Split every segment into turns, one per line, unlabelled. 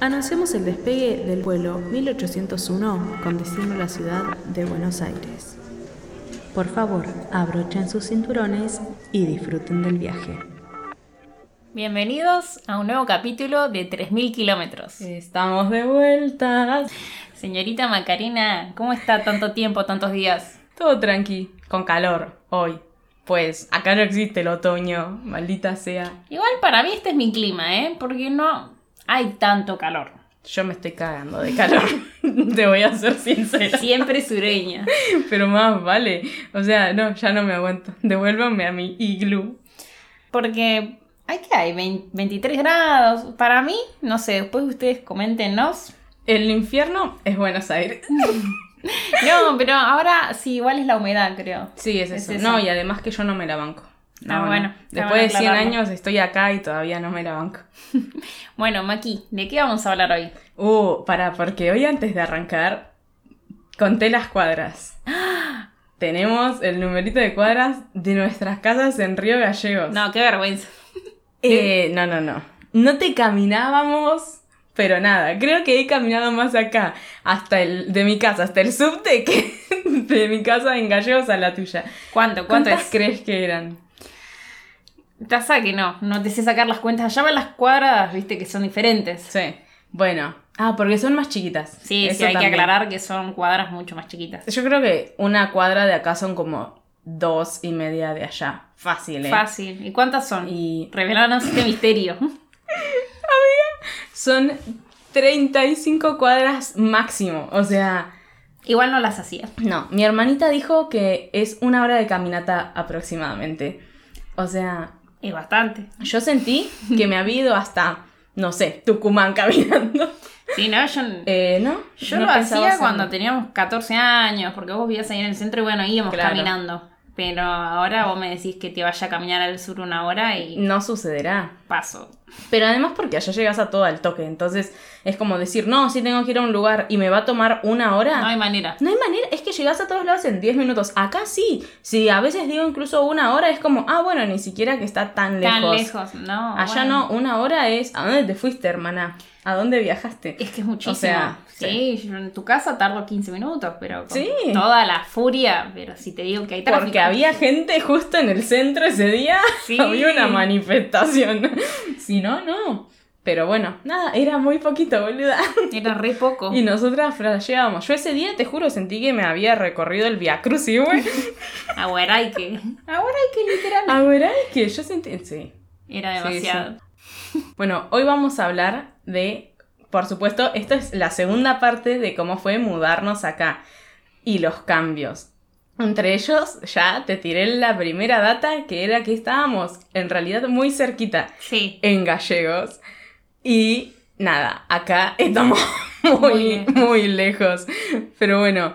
Anunciamos el despegue del vuelo 1801 con destino a la ciudad de Buenos Aires. Por favor, abrochen sus cinturones y disfruten del viaje.
Bienvenidos a un nuevo capítulo de 3.000 kilómetros.
Estamos de vuelta.
Señorita Macarena, ¿cómo está tanto tiempo, tantos días?
Todo tranqui, con calor hoy. Pues acá no existe el otoño, maldita sea.
Igual para mí este es mi clima, ¿eh? Porque no hay tanto calor.
Yo me estoy cagando de calor, te voy a ser sincera.
Siempre sureña.
Pero más vale. O sea, no, ya no me aguanto. Devuélvame a mi iglú.
Porque, ¿ay qué hay? Vein- 23 grados. Para mí, no sé, después ustedes coméntenos.
El infierno es Buenos Aires.
No, pero ahora sí, igual es la humedad, creo.
Sí, es
Es
eso.
eso.
No, y además que yo no me la banco. No,
Ah,
no.
bueno, está
Después de
bueno
100
aclararlo.
años estoy acá y todavía no me la banco.
Bueno, Maki, ¿de qué vamos a hablar hoy?
Uh, para, porque hoy antes de arrancar, conté las cuadras. Tenemos el numerito de cuadras de nuestras casas en Río Gallegos.
No, qué vergüenza.
Eh, no, no, no. No te caminábamos, pero nada. Creo que he caminado más acá, hasta el de mi casa, hasta el subte que de mi casa en Gallegos a la tuya.
¿Cuánto? ¿Cuánto
¿Cuántas
es?
crees que eran?
Ya sabe que no, no te sé sacar las cuentas. Allá van las cuadras, viste, que son diferentes.
Sí. Bueno. Ah, porque son más chiquitas.
Sí, sí,
Eso
hay
también.
que aclarar que son cuadras mucho más chiquitas.
Yo creo que una cuadra de acá son como dos y media de allá. Fácil, ¿eh?
Fácil. ¿Y cuántas son?
Y
Revelanos este misterio.
son 35 cuadras máximo. O sea,
Igual no las hacía.
no. Mi hermanita dijo que es una hora de caminata aproximadamente. O sea,
Es bastante.
yo sentí que me había ido hasta, no sé, Tucumán caminando.
Sí, no, yo,
Eh, ¿no?
yo
no
lo
pensaba
hacía
hacerlo.
cuando teníamos 14 años, porque vos vivías ahí en el centro y bueno, íbamos
Claro.
caminando. Pero ahora vos me decís que te vaya a caminar al sur una hora y
No sucederá.
paso.
Pero además porque allá llegas a todo al toque, entonces es como decir, no, si tengo que ir a un lugar y me va a tomar una hora.
No hay manera.
No hay manera, es que llegás a todos lados en 10 minutos. Acá sí, si a veces digo incluso una hora, es como, ah, bueno, ni siquiera que está tan lejos.
Tan lejos, no.
Allá
Ah, bueno.
no, una hora es, ¿a dónde te fuiste, hermana? ¿A dónde viajaste?
Es que es muchísimo.
O sea,
sí, yo en tu casa tardo 15 minutos, pero con
Sí.
toda la furia. Pero si te digo que hay tráfico.
Porque había gente justo en el centro ese día,
Sí.
había una manifestación. si no, no. Pero bueno, nada, era muy poquito, boluda.
Era re poco.
Y nosotras flasheábamos. Yo ese día, te juro, sentí que me había recorrido el Via Cruz y güey.
Ahora hay que. Ahora hay que literal.
Ahora es que yo sentí. Sí.
Era
Ah, Sí,
demasiado.
Bueno, hoy vamos a hablar de. Por supuesto, esta es la segunda parte de cómo fue mudarnos acá. Y los cambios. Entre ellos, ya te tiré la primera data, que era que estábamos en realidad muy cerquita
Sí.
en gallegos. Y nada, acá estamos
Muy
muy,
lejos.
muy lejos. Pero bueno,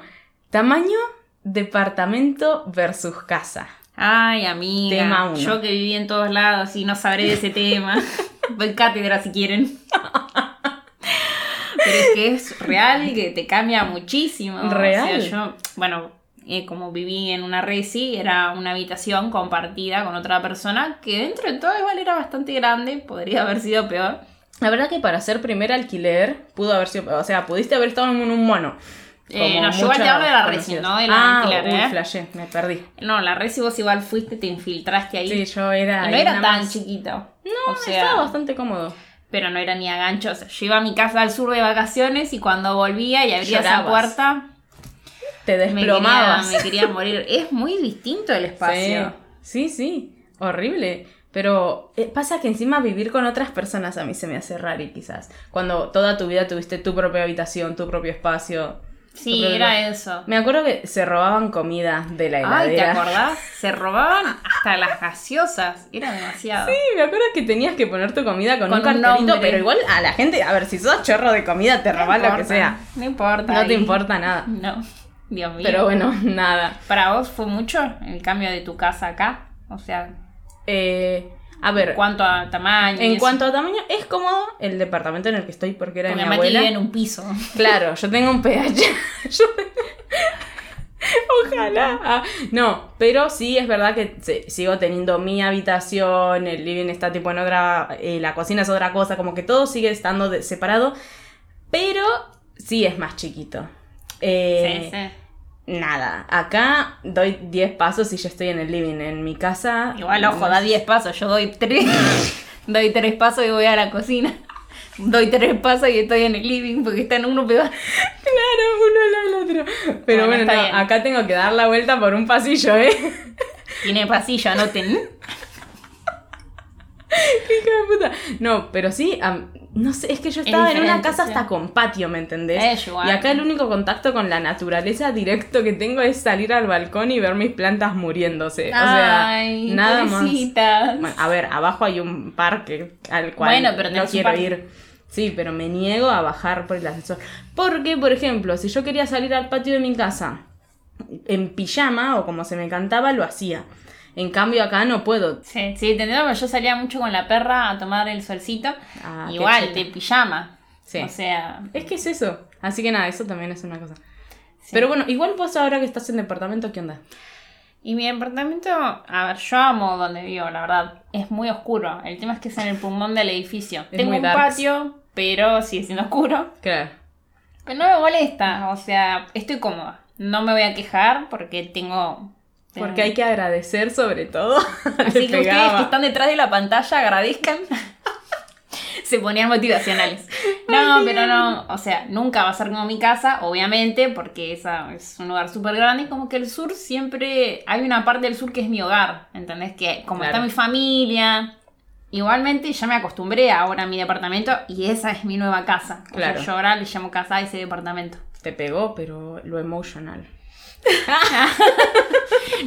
tamaño, departamento versus casa.
Ay, amiga.
Tema uno.
Yo que viví en todos lados y no sabré de ese tema. Voy cátedra si quieren. Pero es que es real que te cambia muchísimo. O sea,
Real.
yo, bueno, eh, como viví en una resi, era una habitación compartida con otra persona que dentro de todo igual era bastante grande, podría haber sido peor.
La verdad que para ser primer alquiler, pudo haber sido, o sea, pudiste haber estado en un mono.
Eh, no, yo igual te hablo de la resi, no de la
ah,
alquiler,
uy,
¿eh?
flashé, me perdí.
No, la resi vos igual fuiste, te infiltraste ahí.
Sí, yo era...
Y no
ahí
era
nada
tan
más.
chiquito.
No,
o sea,
estaba bastante cómodo.
pero no era ni a ganchos. Yo iba a mi casa al sur de vacaciones y cuando volvía y abría esa
Llorabas.
puerta, me
Te
quería,
desplomabas.
me quería morir. Es muy distinto el espacio.
Sí, sí, sí. horrible. Pero eh, pasa que encima vivir con otras personas a mí se me hace raro quizás. Cuando toda tu vida tuviste tu propia habitación, tu propio espacio.
Sí,
Pero
era
bueno.
eso.
Me acuerdo que se robaban comida de la heladera.
Ay, ¿te acordás? Se robaban hasta las gaseosas. Era demasiado.
Sí, me acuerdo que tenías que poner tu comida con,
Con
un
un
cartelito,
nombre.
pero igual a la gente, a ver, si sos chorro de comida, te robás lo que
importa,
sea.
No importa.
No
ahí.
te importa nada.
No. Dios mío.
Pero bueno, nada.
¿Para vos fue mucho el cambio de tu casa acá? O sea,
Eh, a ver,
en cuanto a tamaño. y
en
eso?
cuanto a tamaño, es cómodo el departamento en el que estoy porque era de
Porque
mi
Mati
abuela.
vive en un piso.
Claro, yo tengo un pH. Yo- Ojalá Ojalá. Ah, no, pero sí es verdad que se- sigo teniendo mi habitación, el living está tipo en otra, eh, la cocina es otra cosa, como que todo sigue estando de- separado, pero sí es más chiquito. Eh,
Sí, sí.
Nada, acá doy 10 pasos y ya estoy en el living. En mi casa.
Igual, ojo, da 10 pasos, yo doy 3. doy 3 pasos y voy a la cocina. Doy 3 pasos y estoy en el living porque está en uno peor.
Claro, uno al otro.
Bueno,
Pero bueno,
está
no,
bien.
acá tengo que dar la vuelta por un pasillo, ¿eh?
Tiene pasillo, anoten.
Hija de puta. No, pero sí, am- no sé, es que yo
Es
estaba en una
diferente,
casa
sí.
hasta con patio, ¿me entendés?
Eh, yo igual.
y acá el único contacto con la naturaleza directo que tengo es salir al balcón y ver mis plantas muriéndose. o
Ay,
sea, nada
pobrecitas.
más. Bueno, a ver, abajo hay un parque al cual
Bueno, pero
no
tenés un
quiero
parque.
ir. Sí, pero me niego a bajar por el ascensor. Porque, por ejemplo, si yo quería salir al patio de mi casa en pijama o como se me cantaba, lo hacía. En cambio, acá no puedo.
Sí, sí, te entiendo, pero yo salía mucho con la perra a tomar el solcito.
Ah, qué
Igual,
cheta.
de pijama.
Sí.
O sea,
Es que es eso. Así que nada, eso también es una cosa.
sí.
Pero bueno, igual vos ahora que estás en departamento, ¿qué onda?
Y mi departamento, a ver, yo amo donde vivo, la verdad. Es muy oscuro. El tema es que es en el pulmón del edificio. Tengo
muy
un
darks.
patio, pero sigue siendo oscuro.
Claro.
Pero no me molesta, o sea, estoy cómoda. No me voy a quejar porque tengo.
Porque hay que agradecer sobre todo.
Eh. Así
Le
que ustedes
pegaba.
que están detrás de la pantalla agradezcan. Se ponían motivacionales. No, pero no, o sea, nunca va a ser como mi casa, obviamente, porque esa es un lugar súper grande. Y como que el sur siempre. Hay una parte del sur que es mi hogar, ¿entendés? Que como
Claro.
está mi familia. Igualmente ya me acostumbré ahora a mi departamento y esa es mi nueva casa. O sea,
Claro.
yo ahora le llamo casa a ese departamento.
Te pegó, pero lo emocional.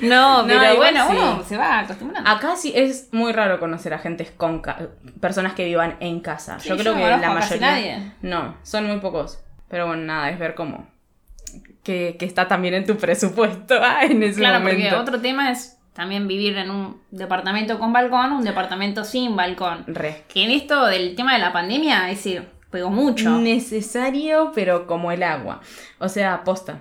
No,
No,
pero
igual
bueno,
sí.
uno se va acostumbrando.
Acá sí es muy raro conocer a gente con ca- personas que vivan en casa.
Sí,
yo
yo
creo
no
que la
conozco a casi
mayoría.
nadie.
No, son muy pocos. Pero bueno, nada, es ver cómo. Que, que está también en tu presupuesto ah, en ese
claro, porque
momento.
otro tema es también vivir en un departamento con balcón, un departamento sin balcón.
Re.
Que en esto del tema de la pandemia, es decir, pegó mucho.
Necesario, pero como el agua. O sea, aposta.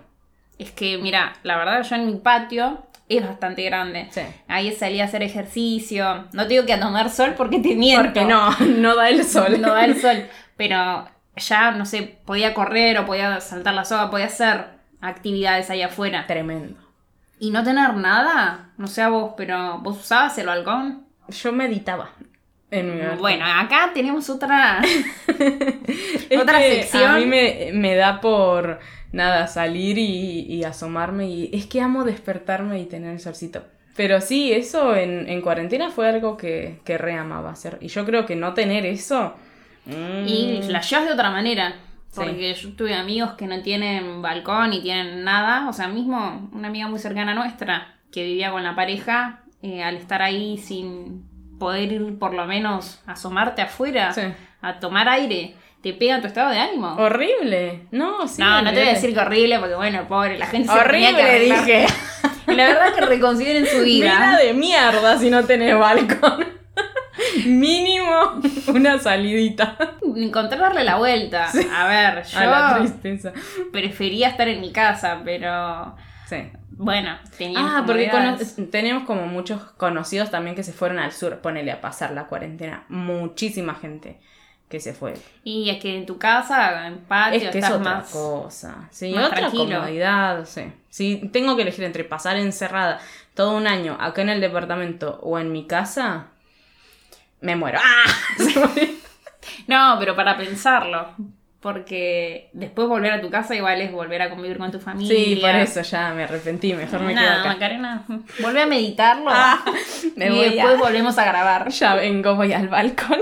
Es que, mira, la verdad, yo en mi patio es bastante grande.
Sí.
Ahí salí a hacer ejercicio. No te digo que a tomar sol porque te miento.
Porque no, no da el sol.
no da el sol. Pero ya, no sé, podía correr o podía saltar la soga, podía hacer actividades ahí afuera.
Tremendo.
Y no tener nada, no sé a vos, pero vos usabas el balcón.
Yo meditaba en mi balcón.
Bueno, acá tenemos otra.
Es
otra
que
sección.
A mí me, me da por nada salir y, y asomarme y es que amo despertarme y tener el solcito. Pero sí, eso en, en cuarentena fue algo que, que re amaba hacer. Y yo creo que no tener eso. mm,
Y flasheás de otra manera.
Sí.
Porque yo tuve amigos que no tienen balcón y tienen nada. O sea, mismo una amiga muy cercana nuestra que vivía con la pareja, eh, al estar ahí sin poder ir por lo menos a asomarte afuera,
mm, Sí.
a tomar aire, te pega tu estado de ánimo.
Horrible. No, sí.
no, no te voy a
olvídate.
decir que horrible, porque bueno, pobre, la gente se tenía que
Horrible,
arreglar.
dije.
Y la verdad es que reconsideren su
Vida
vida.
de mierda si no tenés balcón. Mínimo una salidita
Encontrarle la vuelta. A ver, yo
a la tristeza.
prefería estar en mi casa, pero
Sí.
bueno, tenía
Ah, porque
incomodidades.
cono- tenemos como muchos conocidos también que se fueron al sur, ponele a pasar la cuarentena. Muchísima gente que se fue.
Y es que en tu casa, en patio,
Es que es
Ah, estás
otra
más.
cosa. Sí,
más
otra
tranquilo.
comodidad, sí. Si tengo que elegir entre pasar encerrada todo un año acá en el departamento o en mi casa, me muero. ¡Ah! Se murió.
No, pero para pensarlo. Porque después volver a tu casa igual es volver a convivir con tu familia.
Sí, por eso ya me arrepentí, mejor me quedo
Nada,
acá.
Macarena, volvé a meditarlo.
Ah, me
y
voy a-
después volvemos a grabar.
Ya vengo, voy al balcón.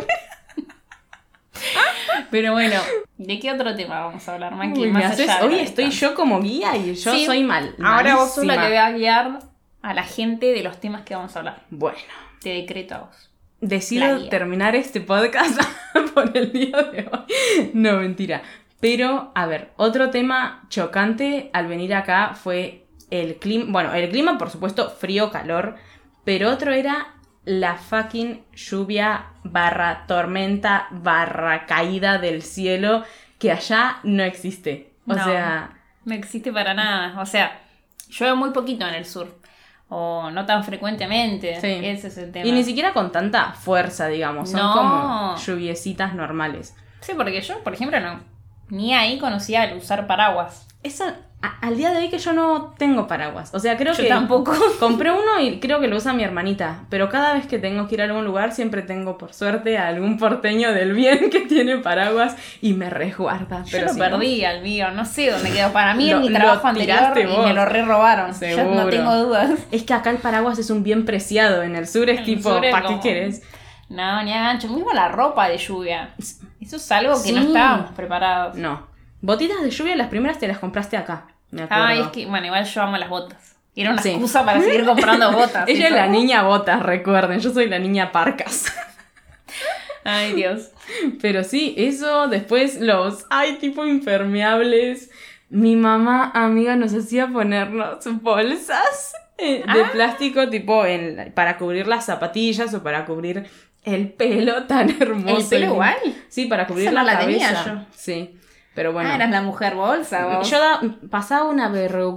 Pero bueno, ¿de qué otro tema vamos a hablar, Maki?
Uy, me
Más
haces-
allá de
Hoy
la
estoy
distancia.
yo como guía y yo
Sí,
soy mal.
Ahora vos sos la que
malísima.
voy a guiar a la gente de los temas que vamos a hablar.
Bueno,
Te decreto a vos. La
decido
guía.
terminar este podcast por el día de hoy. No, mentira. Pero, a ver, otro tema chocante al venir acá fue el clima. Bueno, el clima, por supuesto, frío, calor. Pero otro era la fucking lluvia barra tormenta barra caída del cielo que allá no existe. O
No.
sea,
No existe para nada. O sea, llueve muy poquito en el sur. O no tan frecuentemente.
Sí.
Ese es el tema.
Y ni siquiera con tanta fuerza, digamos. Son
No.
como lluviecitas normales.
Sí, porque yo, por ejemplo, no. Ni ahí conocía el usar paraguas.
Eso, a- al día de hoy que yo no tengo paraguas. O sea, creo
Yo
que.
tampoco.
Compré uno y creo que lo usa mi hermanita. Pero cada vez que tengo que ir a algún lugar, siempre tengo, por suerte, a algún porteño del bien que tiene paraguas y me resguarda.
Yo
pero
lo
si no-
perdí al mío, no sé dónde quedó. Para mí en
Lo-
mi
lo
trabajo anterior
tiraste
y
vos.
me lo re robaron. Yo
Seguro.
no tengo dudas.
Es que acá el paraguas es un bien preciado. En el sur es
En el
tipo,
sur es
¿para qué
como-
querés?
No, ni a gancho. Mismo la ropa de lluvia. Eso es algo que no
Sí.
estábamos preparados.
No. Botitas de lluvia, las primeras te las compraste acá. Me acuerdo.
Ay, es que, bueno, igual yo amo las botas. Era una
Sí.
excusa para seguir comprando botas.
Ella es
eso.
la niña botas, recuerden. Yo soy la niña parcas.
Ay, Dios.
Pero sí, eso, después los hay tipo impermeables. Mi mamá, amiga, nos hacía ponernos bolsas eh, de
Ah.
plástico tipo en la- para cubrir las zapatillas o para cubrir el pelo tan hermoso.
¿El pelo
y-
igual?
Sí, para cubrir
Esa
la,
no la tenía
cabeza.
yo.
Sí, pero bueno.
Ah, eras la mujer bolsa, vos.
Yo da- pasaba una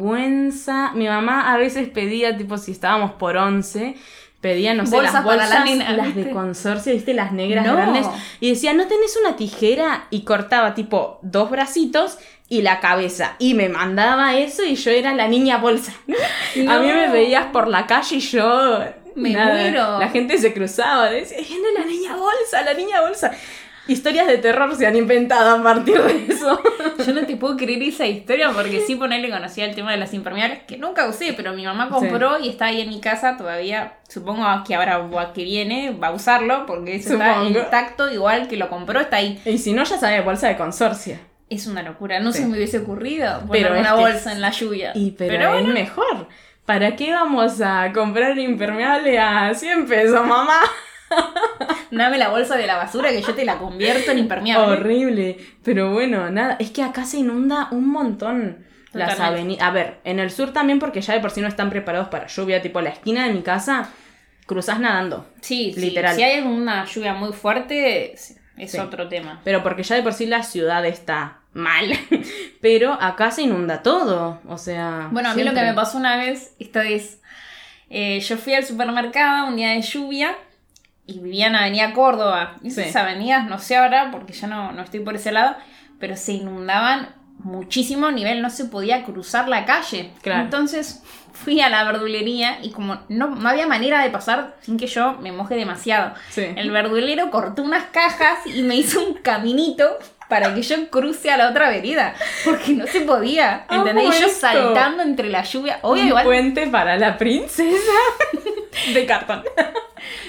vergüenza. Mi mamá a veces pedía, tipo, si estábamos por 11, pedía, no sé,
Bolsas
las
para la
bolsas,
nena,
las de
¿viste?
consorcio, ¿viste? Las negras
No.
grandes. Y decía, ¿no tenés una tijera? Y cortaba, tipo, dos bracitos y la cabeza. Y me mandaba eso y yo era la niña bolsa. A
No.
mí me veías por la calle y yo...
Me muero.
La gente se cruzaba, decía, viene la niña bolsa, la niña bolsa. Historias de terror se han inventado a partir de eso.
Yo no te puedo creer esa historia porque sí ponerle conocía el tema de las impermeables, que nunca usé, pero mi mamá compró y está ahí en mi casa todavía. Supongo que ahora va- que viene va a usarlo porque eso está
Supongo.
intacto, igual que lo compró, está ahí.
Y si no, ya sabe, bolsa de consorcio.
Es una locura, no
Sí.
se me hubiese ocurrido poner
Pero es
una
que-
bolsa en la lluvia.
Y pero,
este Pero
es
bueno,
mejor. ¿Para qué vamos a comprar impermeable a 100 pesos, mamá?
dame la bolsa de la basura que yo te la convierto en impermeable.
Horrible. Pero bueno, nada. Es que acá se inunda un montón las
Totalmente.
avenidas. A ver, en el sur también, porque ya de por sí no están preparados para lluvia. Tipo, la esquina de mi casa, cruzás nadando.
Sí, sí,
Literal.
si hay una lluvia muy fuerte, es es
Sí.
otro tema.
Pero porque ya de por sí la ciudad está mal. Pero acá se inunda todo. O sea.
Bueno, a mí lo
siempre.
que me pasó una vez, esta vez, eh, yo fui al supermercado un día de lluvia y vivía en Avenida Córdoba. Y esas
Sí.
avenidas, no sé ahora, porque ya no, no estoy por ese lado, pero se inundaban muchísimo nivel, no se podía cruzar la calle.
Claro.
Entonces fui a la verdulería y como no, no había manera de pasar sin que yo me moje demasiado.
Sí.
El verdulero cortó unas cajas y me hizo un caminito para que yo cruce a la otra vereda. Porque no se podía.
Amo
¿Entendés? Y yo
esto. pues.
saltando entre la lluvia. Obvio,
un
igual.
puente para la princesa de cartón.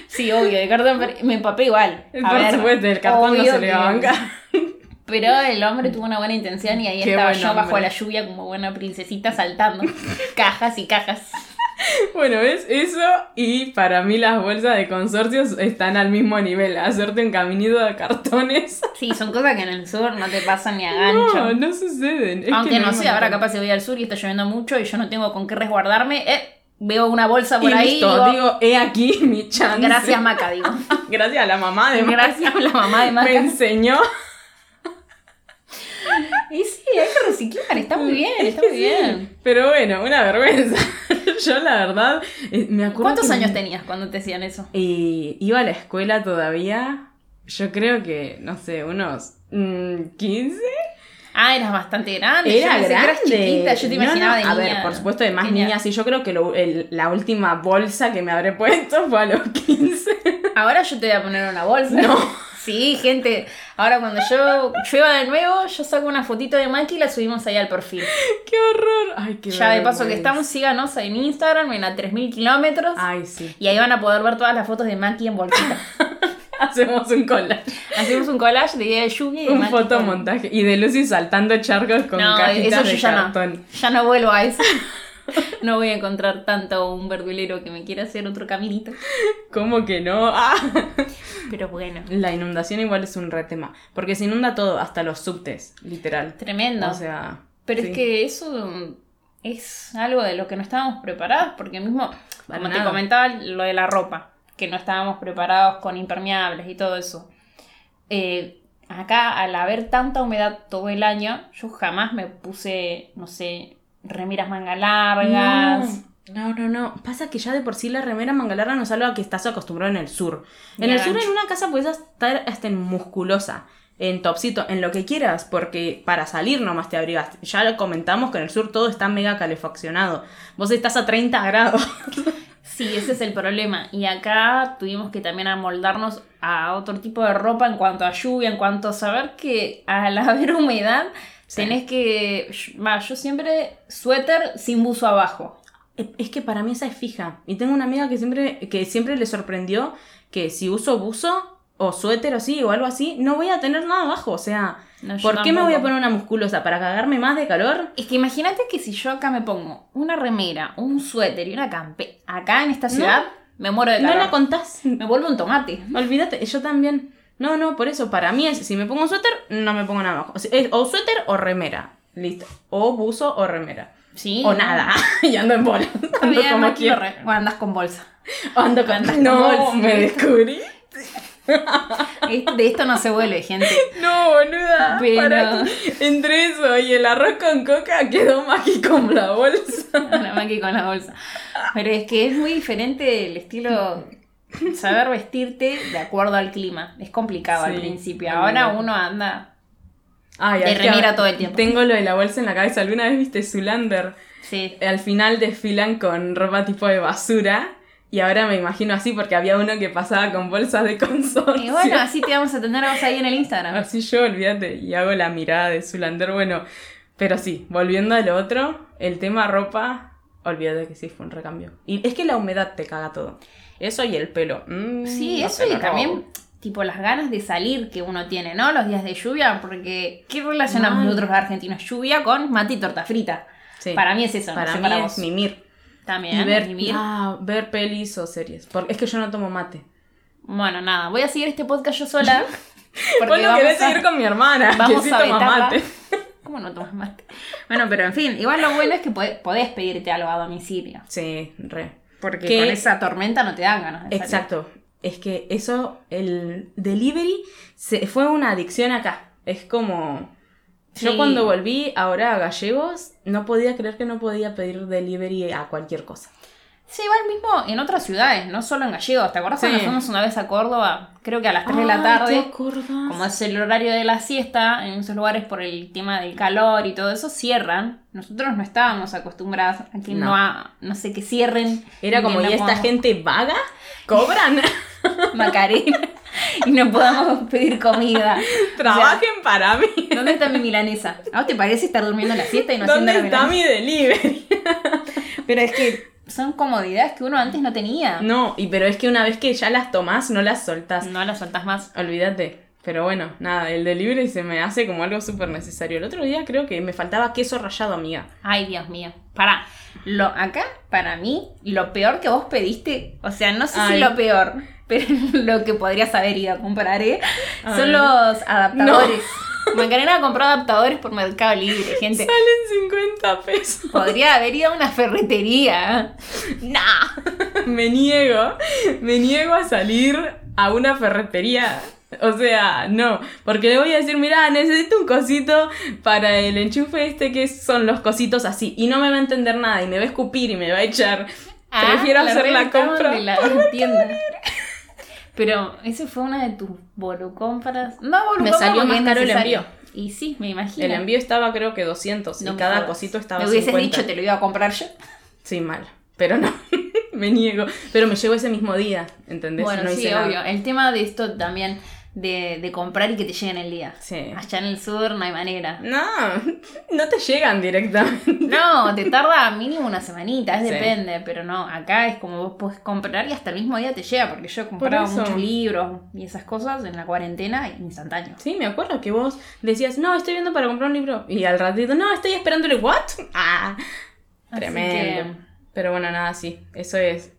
Sí, obvio, de cartón. pero Me empapé igual. A
Por
ver,
supuesto, el cartón no
obvio
se le va a
que-
bancar.
Pero el hombre tuvo una buena intención y ahí
Qué
estaba
buen
yo bajo
hombre.
la lluvia como buena princesita saltando. cajas y cajas.
Bueno, es eso y para mí las bolsas de consorcios están al mismo nivel. Hacerte un caminito de cartones.
Sí, son cosas que en el sur no te pasan ni a gancho.
No, no suceden. Es que
Aunque no
hay
sé, ahora
manera.
capaz se voy al sur y está lloviendo mucho y yo no tengo con qué resguardarme. Eh, veo una bolsa por
y
ahí.
listo,
digo, "Ah,
digo, he aquí mi chance.
Gracias, Maca, digo.
Gracias a la mamá de
Gracias a la mamá de Maca.
Me enseñó.
Y sí, hay que reciclar, está muy bien, está muy bien.
Pero bueno, una vergüenza. Yo la verdad, eh, me acuerdo.
¿Cuántos
que-
años tenías cuando te hacían eso?
Y iba a la escuela todavía. Yo creo que, no sé, unos mm, 15.
Ah, eras bastante grande. yo
Era
pensé que
grande.
eras chiquita, yo te
No,
imaginaba
no,
de niña.
A ver, por supuesto, de más
pequeña.
niñas. Y yo creo que lo- el- la última bolsa que me habré puesto fue a los 15.
Ahora yo te voy a poner una bolsa.
No.
Sí, gente. Ahora cuando yo llueva de nuevo, yo saco una fotito de Maki y la subimos ahí al perfil.
¡Qué horror! Ay, qué
ya de paso
vergüenza.
que estamos, síganos en Instagram en a 3000 kilómetros.
Ay, sí.
Y ahí van a poder ver todas las fotos de Maki en bolsita.
Hacemos un collage.
Hacemos un collage de día de lluvia y de
Un
Maki con-
fotomontaje. Y de Lucy saltando charcos con
No,
cajitas
eso yo
de
ya
cartón.
no. Ya no vuelvo a eso. No voy a encontrar tanto un verdulero que me quiera hacer otro caminito.
¿Cómo que no? Ah.
Pero bueno,
La inundación igual es un re tema. Porque se inunda todo, hasta los subtes, literal.
tremendo.
O sea.
Pero
sí.
es que eso mm, es algo de lo que no estábamos preparados, porque mismo,
Para
como te
nada.
comentaba, lo de la ropa, que no estábamos preparados con impermeables y todo eso. Eh, acá, al haber tanta humedad todo el año, yo jamás me puse, no sé, remeras manga largas.
No, no, no. Pasa que ya de por sí la remera manga larga no es algo a que estás acostumbrado en el sur.
Ni
en
a
el sur,
gancho.
en una casa, puedes estar hasta en musculosa, en topsito, en lo que quieras, porque para salir nomás te abrigas. Ya lo comentamos que en el sur todo está mega calefaccionado. Vos estás a 30 grados.
Sí, ese es el problema. Y acá tuvimos que también amoldarnos a otro tipo de ropa en cuanto a lluvia, en cuanto a saber que al haber humedad
Sí.
tenés que... Va, yo siempre suéter sin buzo abajo.
Es que para mí esa es fija. Y tengo una amiga que siempre, que siempre le sorprendió que si uso buzo o suéter así o algo así, no voy a tener nada abajo. O sea,
No, yo
¿por qué me voy a
tampoco.
poner una musculosa? ¿Para cagarme más de calor?
Es que imagínate que si yo acá me pongo una remera, un suéter y una campe... Acá en esta
No.
ciudad me muero de
No
calor.
la contás.
Me vuelvo un tomate.
Olvídate, yo también. No, no, por eso, para mí es, si me pongo un suéter, no me pongo nada abajo. O, sea, es o suéter o remera. Listo. O buzo o remera.
Sí.
O nada. y ando en bola.
Está
Ando
bien,
como
no quiero
quiero.
re- O andas con bolsa.
Ando con...
con
No,
bolsa.
me descubrí.
Es- De esto no se vuelve, gente.
No, boluda.
Pero-
pará. Entre eso y el arroz con coca quedó mágico con la bolsa.
La maqui con la bolsa. Pero es que es muy diferente el estilo. Saber vestirte de acuerdo al clima. Es complicado
Sí,
al principio.
es
Ahora
verdad.
uno anda.
Ay,
De
es que
remera todo el tiempo.
Tengo lo de la bolsa en la cabeza. ¿Alguna vez viste Zulander?
Sí.
al final desfilan con ropa tipo de basura. Y ahora me imagino así porque había uno que pasaba con bolsas de consorcio.
Y bueno, así te vamos a tener a vos ahí en el Instagram.
Así yo, olvídate, y hago la mirada de Zulander. Bueno, pero sí, volviendo a lo otro, el tema ropa, olvídate que sí fue un recambio. Y es que la humedad te caga todo. Eso y el pelo. Mm,
Sí,
no
eso
sé,
y
no.
también, tipo, las ganas de salir que uno tiene, ¿no? Los días de lluvia, porque ¿qué relacionamos
Mal.
nosotros los argentinos? Lluvia con mate y torta frita.
Sí.
Para mí es eso, no
Para
sé
mí
para
es
vos.
mimir.
También,
y ver,
vivir.
ah, ver pelis o series. Porque es que yo no tomo mate.
Bueno, nada, voy a seguir este podcast yo sola.
Vos
Porque
lo
vamos
querés
a-
seguir con mi hermana,
Vamos
que sí
a
toma
vetarla.
mate.
¿Cómo no tomas mate? Bueno, pero en fin, igual lo bueno es que pode- podés pedirte algo a domicilio.
Sí, re.
Porque
Que-
con esa tormenta no te dan ganas de salir.
Exacto. Es que eso, el delivery, se, fue una adicción acá. Es como... Yo
Sí.
cuando volví ahora a Gallegos, no podía creer que no podía pedir delivery a cualquier cosa.
Sí, igual mismo en otras ciudades, no solo en Gallegos. ¿Te acuerdas
Sí.
cuando fuimos una vez a Córdoba? Creo que a las 3 de la tarde. Como es el horario de la siesta, en muchos lugares por el tema del calor y todo eso, cierran. Nosotros no estábamos acostumbradas a que
No.
no, ha- no sé, que cierren.
Era
que
como,
no
¿y esta
podamos-
gente vaga? ¿Cobran?
Macarena y no podamos pedir comida. O sea,
Trabajen para mí.
¿Dónde está mi milanesa? ¿A vos te parece estar durmiendo la siesta y no haciendo
¿Dónde
la
está
milanesa?
mi delivery? Pero es que...
Son comodidades que uno antes no tenía.
No, y, pero es que una vez que ya las tomás, no las soltás.
No las soltás más.
Olvídate. Pero bueno, nada, el delivery se me hace como algo súper necesario. El otro día creo que me faltaba queso rallado, amiga.
Ay, Dios mío. Pará. Lo, acá, para mí, lo peor que vos pediste, o sea, no sé
Ay.
si lo peor, pero lo que podrías haber ido a comprar, ¿eh?
A ver.
Son los adaptadores. Macarena compró adaptadores por Mercado Libre, gente.
Salen 50 pesos.
Podría haber ido a una ferretería. ¿eh?
Nah. Me niego. Me niego a salir a una ferretería. O sea, no. Porque le voy a decir, mirá, necesito un cosito para el enchufe este que son los cositos así. Y no me va a entender nada y me va a escupir y me va a echar.
Ah,
Prefiero hacer la
reventaban
compra.
de la tienda. Pero esa fue una de tus bolucompras. No,
Me
bolucompras
salió
porque
más
es
caro el
necesario.
envío.
Y sí, me imagino.
El envío estaba creo que 200
No
y
me
cada
jodas.
cosito estaba
Me hubieses
50.
dicho, te lo iba a comprar yo.
Sí, mal. Pero no, me niego. Pero me llegó ese mismo día, ¿entendés?
bueno,
no
sí,
hice nada.
obvio. El tema de esto también, de, de comprar y que te lleguen el día.
Sí.
Allá en el sur no hay manera.
No, no te llegan directamente.
No, te tarda mínimo una semanita, es
Sí.
depende, pero no, acá es como vos podés comprar y hasta el mismo día te llega, porque yo compraba
eso.
muchos libros y esas cosas en la cuarentena e instantáneo.
Sí, me acuerdo que vos decías, no, estoy viendo para comprar un libro. Y al ratito, no, estoy esperándole, ¿what? Ah,
Así
tremendo.
que-
Pero bueno, nada, sí, eso es.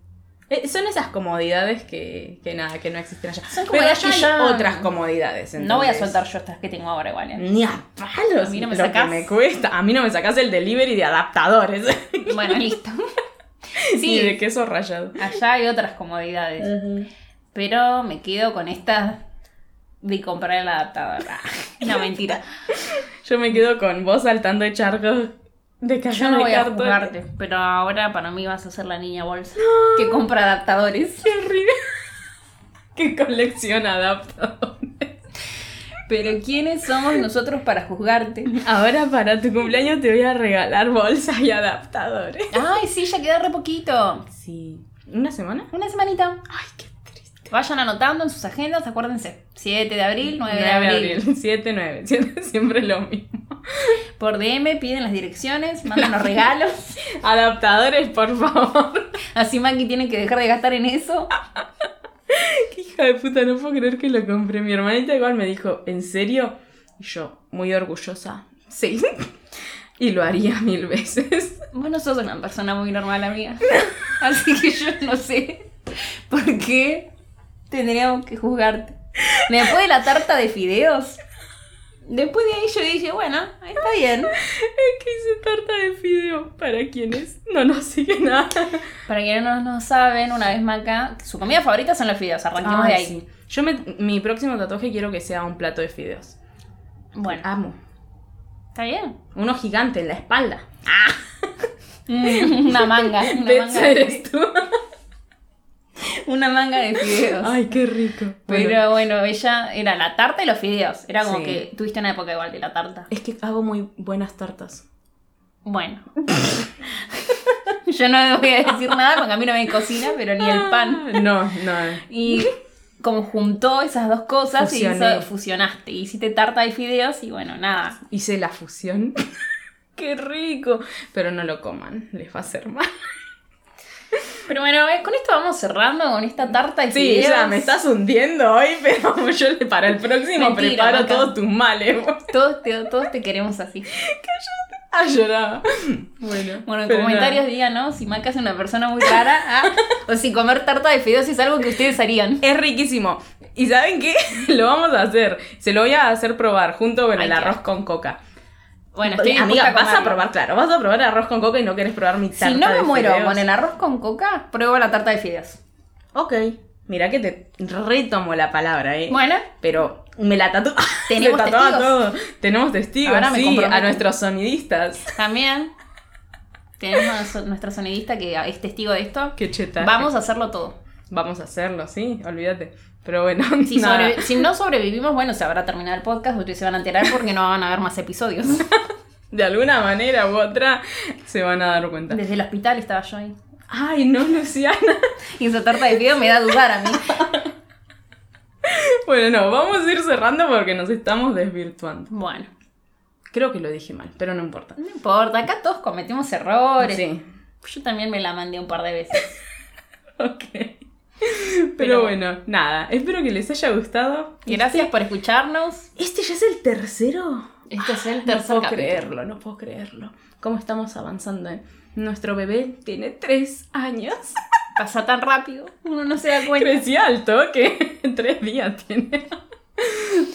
Eh, son esas comodidades que, que nada, que no existen allá.
Son
Pero
comodidades
allá
que
hay
ya-
otras comodidades.
No voy a
¿entendés?
soltar yo estas que tengo ahora igual. ¿eh?
Ni a palos.
A mí no me
lo
sacás.
que me cuesta. A mí no me sacás el delivery de adaptadores.
Bueno, listo.
y de
Sí,
queso rallado.
allá hay otras comodidades, pero me quedo con esta de comprar el adaptador. Ah, No, mentira.
Yo me quedo con vos saltando de charcos De casa
Yo no
de
voy a
cartón.
juzgarte, pero ahora para mí vas a ser la niña bolsa que compra adaptadores.
Qué horrible. Qué colección adaptadores.
Pero ¿quiénes somos nosotros para juzgarte?
Ahora para tu cumpleaños te voy a regalar bolsas y adaptadores.
Ay, sí, ya queda re poquito.
Sí. ¿Una semana?
Una semanita.
Ay, qué triste.
Vayan anotando en sus agendas, acuérdense. 7 de abril, 9 de
9 de
abril.
abril. 7, 9. Siempre, siempre lo mismo.
Por DM piden las direcciones, mandan los regalos.
Adaptadores, por favor.
Así Maki tiene que dejar de gastar en eso.
Qué hija de puta, no puedo creer que lo compré. Mi hermanita igual me dijo, ¿en serio? Y yo, muy orgullosa. Sí. Y lo haría mil veces.
Vos no sos una persona muy normal, amiga. Así que yo no sé por qué tendríamos que juzgarte. Después de la tarta de fideos, después de ahí yo dije, bueno, está bien.
Es que hice tarta de fideo para quienes no nos siguen nada.
Para quienes no nos saben, una vez más acá, su comida favorita son los fideos, arranquemos de ahí.
Yo me- mi próximo tatuaje quiero que sea un plato de fideos.
Bueno,
Amo.
está bien.
Uno gigante en la espalda.
Mm, Una manga, una
De
manga, de,
eres tú.
una manga de fideos.
Ay, qué rico. Bueno,
Pero bueno, ella era la tarta y los fideos. Era como
Sí.
que tuviste una época igual de la tarta.
es que hago muy buenas tartas.
Bueno. Yo no voy a decir nada porque a mí no me cocina, pero ni el pan.
Ah, No, no.
Y como juntó esas dos cosas y
Fusioné.
hizo- fusionaste. Hiciste tarta y fideos y bueno, nada.
Hice la fusión. Qué rico. Pero no lo coman, les va a hacer mal.
Pero bueno, eh, con esto vamos cerrando con esta tarta y
Sí,
fideos.
ya me estás hundiendo hoy, pero yo le- para el próximo
Mentira,
preparo
Maca.
todos tus males.
Todos te, todos te queremos así.
Ah, lloraba. Bueno,
Bueno, en
pero
comentarios
nada.
díganos si Maca es una persona muy rara ah, o si comer tarta de fideos es algo que ustedes harían.
Es riquísimo. ¿Y saben qué? lo vamos a hacer. Se lo voy a hacer probar junto con
Ay,
el
qué
arroz
asco.
con coca. Eh,
Bueno, estoy dispuesta
Amiga, vas a
comerlo.
probar, claro. Vas a probar arroz con coca y no querés probar mi tarta
Si no me
de
muero
fideos.
con el arroz con coca, pruebo la tarta de fideos.
Ok. Mirá que te retomo la palabra, eh.
Bueno,
Pero me la tatu...
Tenemos
se tatúa
testigos.
todo. Tenemos testigos,
Ahora me
sí, a
comprometo.
nuestros sonidistas.
también tenemos a so- nuestro sonidista que es testigo de esto.
Qué cheta.
Vamos a hacerlo todo.
Vamos a hacerlo, sí, olvídate. Pero bueno,
Si,
nada.
sobrevi- si no sobrevivimos, bueno, se habrá terminado el podcast, ustedes se van a enterar porque no van a haber más episodios.
de alguna manera u otra se van a dar cuenta.
Desde el hospital estaba yo ahí.
Ay, no, Luciana.
Y esa tarta de fideos me da a dudar a mí.
Bueno, no, vamos a ir cerrando porque nos estamos desvirtuando.
Bueno,
Creo que lo dije mal, pero no importa.
no importa, acá todos cometemos errores.
Sí.
Yo también me la mandé un par de veces.
Ok. Pero,
Pero
bueno, nada. Espero que les haya gustado.
Gracias por escucharnos.
¿Este ya es el tercero? Ah,
Este es el
No
tercer
puedo
capítulo.
creerlo, no puedo creerlo. ¿Cómo estamos avanzando? eh? Nuestro bebé tiene tres años.
Pasa tan rápido, uno no se da cuenta.
Creció al toque. Tres días tiene.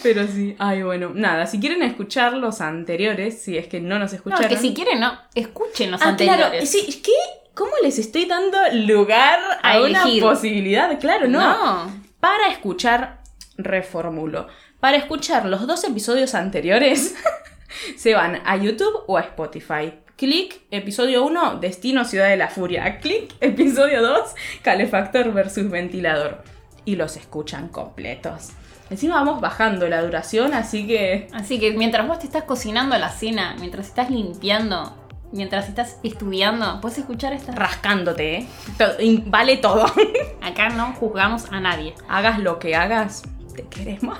Pero sí, ay, bueno, nada. Si quieren escuchar los anteriores, si es que no nos
No,
escucharon.
es que si quieren, no. Escuchen los
Ah,
anteriores.
claro. Sí, ¿qué? ¿Cómo les estoy dando lugar a,
A
una
elegir.
posibilidad? Claro, no.
No.
Para escuchar, reformulo. Para escuchar los dos episodios anteriores, se van a YouTube o a Spotify. Clic, episodio 1, Destino Ciudad de la Furia. Clic, episodio 2, Calefactor versus Ventilador. Y los escuchan completos. Encima vamos bajando la duración, así que...
Así que mientras vos te estás cocinando la cena, mientras estás limpiando, mientras estás estudiando, puedes escuchar esta.
Rascándote, ¿eh? Todo- in- vale todo.
Acá no juzgamos a nadie.
hagas lo que hagas, te queremos.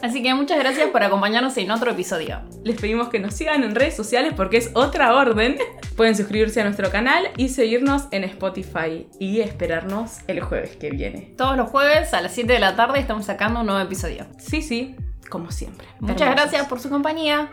Así que muchas gracias por acompañarnos en otro episodio.
Les pedimos que nos sigan en redes sociales porque es otra orden. Pueden suscribirse a nuestro canal y seguirnos en Spotify y esperarnos el jueves que viene.
Todos los jueves a las 7 de la tarde estamos sacando un nuevo episodio.
Sí, sí, como siempre.
Muchas
Hermosos.
gracias por su compañía.